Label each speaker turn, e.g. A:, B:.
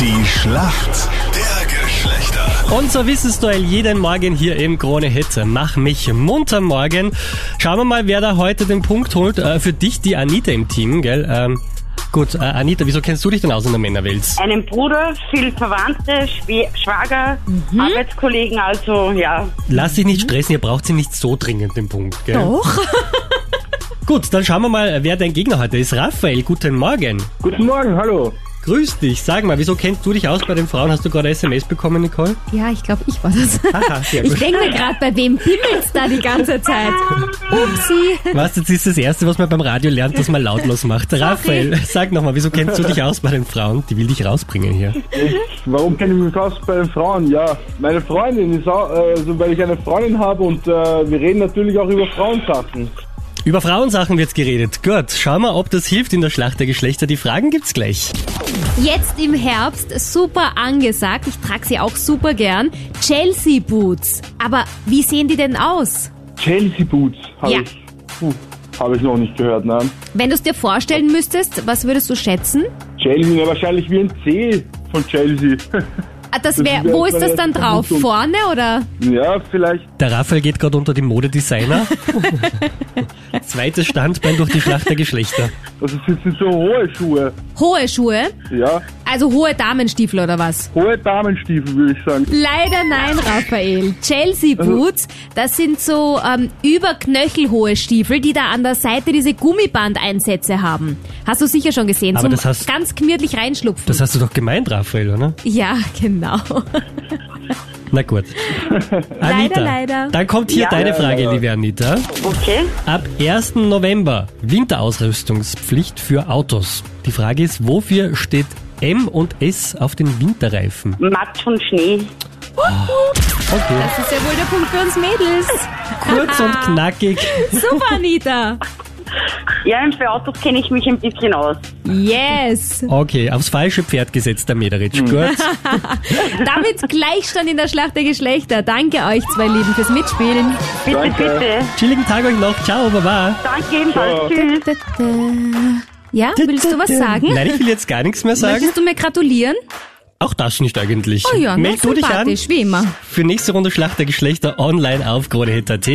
A: Die Schlacht der Geschlechter.
B: Unser Wissensduell jeden Morgen hier im Krone Hitze. Mach mich munter morgen. Schauen wir mal, wer da heute den Punkt holt. Äh, für dich die Anita im Team, gell? Ähm, gut, äh, Anita, wieso kennst du dich denn aus in der Männerwelt?
C: Einen Bruder, viel Verwandte, Schwe Schwager, Arbeitskollegen, also ja.
B: Lass dich nicht stressen, ihr braucht sie nicht so dringend den Punkt, gell?
D: Doch.
B: Gut, dann schauen wir mal, wer dein Gegner heute ist. Raphael, guten Morgen.
E: Guten Morgen, hallo.
B: Grüß dich. Sag mal, wieso kennst du dich aus bei den Frauen? Hast du gerade SMS bekommen, Nicole?
D: Ja, ich glaube, ich war das.
B: Haha, sehr
D: ich
B: gut.
D: denke mir gerade, bei wem bimmelt's da die ganze Zeit? Upsi.
B: Was, jetzt ist das Erste, was man beim Radio lernt, dass man lautlos macht. Raphael, sag nochmal, wieso kennst du dich aus bei den Frauen? Die will dich rausbringen hier.
E: Warum kenne ich mich aus bei den Frauen? Ja, meine Freundin ist auch, äh, also weil ich eine Freundin habe und äh, wir reden natürlich auch über Frauensachen.
B: Über Frauensachen wird's geredet. Gut, schau mal, ob das hilft in der Schlacht der Geschlechter. Die Fragen gibt's gleich.
D: Jetzt im Herbst super angesagt. Ich trage sie auch super gern. Chelsea Boots. Aber wie sehen die denn aus?
E: Chelsea Boots habe
D: Ja.
E: ich. Puh, habe ich noch nicht gehört, nein.
D: Wenn du es dir vorstellen müsstest, was würdest du schätzen?
E: Chelsea, ja, wahrscheinlich wie ein C von Chelsea.
D: Ah, Das
E: Das
D: wär,
E: wär
D: wo
E: meine
D: ist das dann
E: erste
D: drauf?
E: Vermutung.
D: Vorne oder?
E: ja, vielleicht.
B: Der Raphael geht gerade unter die Modedesigner. Zweites Standbein durch die Schlacht der Geschlechter.
E: Also es sind so hohe Schuhe.
D: Hohe Schuhe?
E: Ja,
D: Also hohe Damenstiefel oder was?
E: hohe Damenstiefel würde ich sagen.
D: Leider nein, Raphael. Chelsea
B: Also-
D: Boots, das sind so ähm, überknöchelhohe Stiefel, die da an der Seite diese Gummibandeinsätze haben. Hast du sicher schon gesehen,
B: Aber
D: zum
B: das hast-
D: ganz gemütlich reinschlupfen.
B: Das hast du doch gemeint, Raphael, oder?
D: ja, genau.
B: Na gut. Anita,
D: leider.
B: dann kommt hier
C: Ja.
B: deine
E: Ja,
B: Frage,
E: ja.
B: liebe Anita.
C: Okay.
B: Ab 1. November Winterausrüstungspflicht für Autos. Die Frage ist, wofür steht M und S auf den Winterreifen?
C: Matsch und Schnee.
B: Okay,
D: Das ist ja wohl der Punkt für uns Mädels.
B: kurz und knackig.
D: Super, Anita.
C: Ja, und für Autos kenne ich mich ein bisschen aus.
D: Yes.
B: Okay, aufs falsche Pferd gesetzt, der Mederitsch.
D: Hm.
B: Gut.
D: Damit Gleichstand in der Schlacht der Geschlechter. Danke euch zwei Lieben fürs Mitspielen.
C: Bitte,
E: Danke.
C: bitte.
B: Chilligen Tag euch noch. Ciao, Baba.
C: Danke ebenfalls.
E: Ciao.
C: Tschüss.
D: Ja, willst du was sagen?
B: Nein, ich will jetzt gar nichts mehr sagen.
D: Möchtest du mir gratulieren?
B: Auch das nicht eigentlich.
D: Oh ja,
B: Meld du dich an
D: sympathisch, wie immer.
B: für nächste Runde Schlacht der Geschlechter online auf kronehit.at.